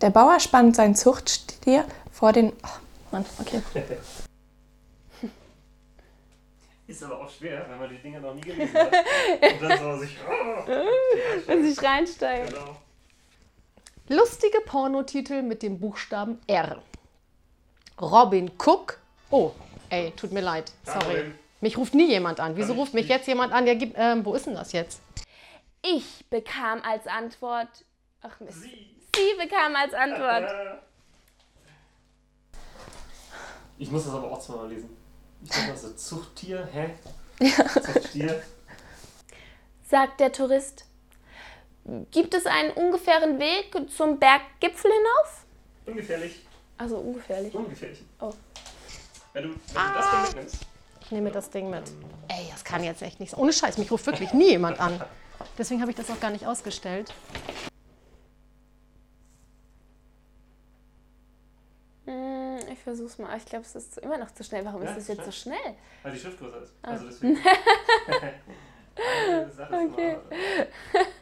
Der Bauer spannt seinen Zuchtstier vor den. Oh, Mann, okay. Ist aber auch schwer, wenn man die Dinger noch nie gelesen hat. Und dann soll man sich. oh, Wenn sich reinsteigt. Genau. Lustige Pornotitel mit dem Buchstaben R. Robin Cook. Oh, ey, tut mir leid. Kein Sorry. Problem. Mich ruft nie jemand an. Wieso Kann ich ruft mich nicht- jetzt jemand an? Ja, gib, ähm, wo ist denn das jetzt? Ich bekam als Antwort. Ach Mist. Sie. Sie bekam als Antwort. Äh. Ich muss das aber auch zweimal lesen. Ich dachte, das ist Zuchttier, hä? Zuchttier. sagt der Tourist. Gibt es einen ungefähren Weg zum Berggipfel hinauf? Ungefährlich. Also ungefährlich. Ungefährlich. Oh. Wenn du, wenn du das Ding mitnimmst. Ich nehme das Ding mit. Ey, das kann jetzt echt nicht sein. Ohne Scheiß, mich ruft wirklich nie jemand an. Deswegen habe ich das auch gar nicht ausgestellt. Hm, ich versuch's mal. Ich glaube, es ist immer noch zu schnell. Warum Ja, ist es jetzt so schnell. schnell? Weil die Schrift größer ist. Also deswegen. Eine Sache ist immer-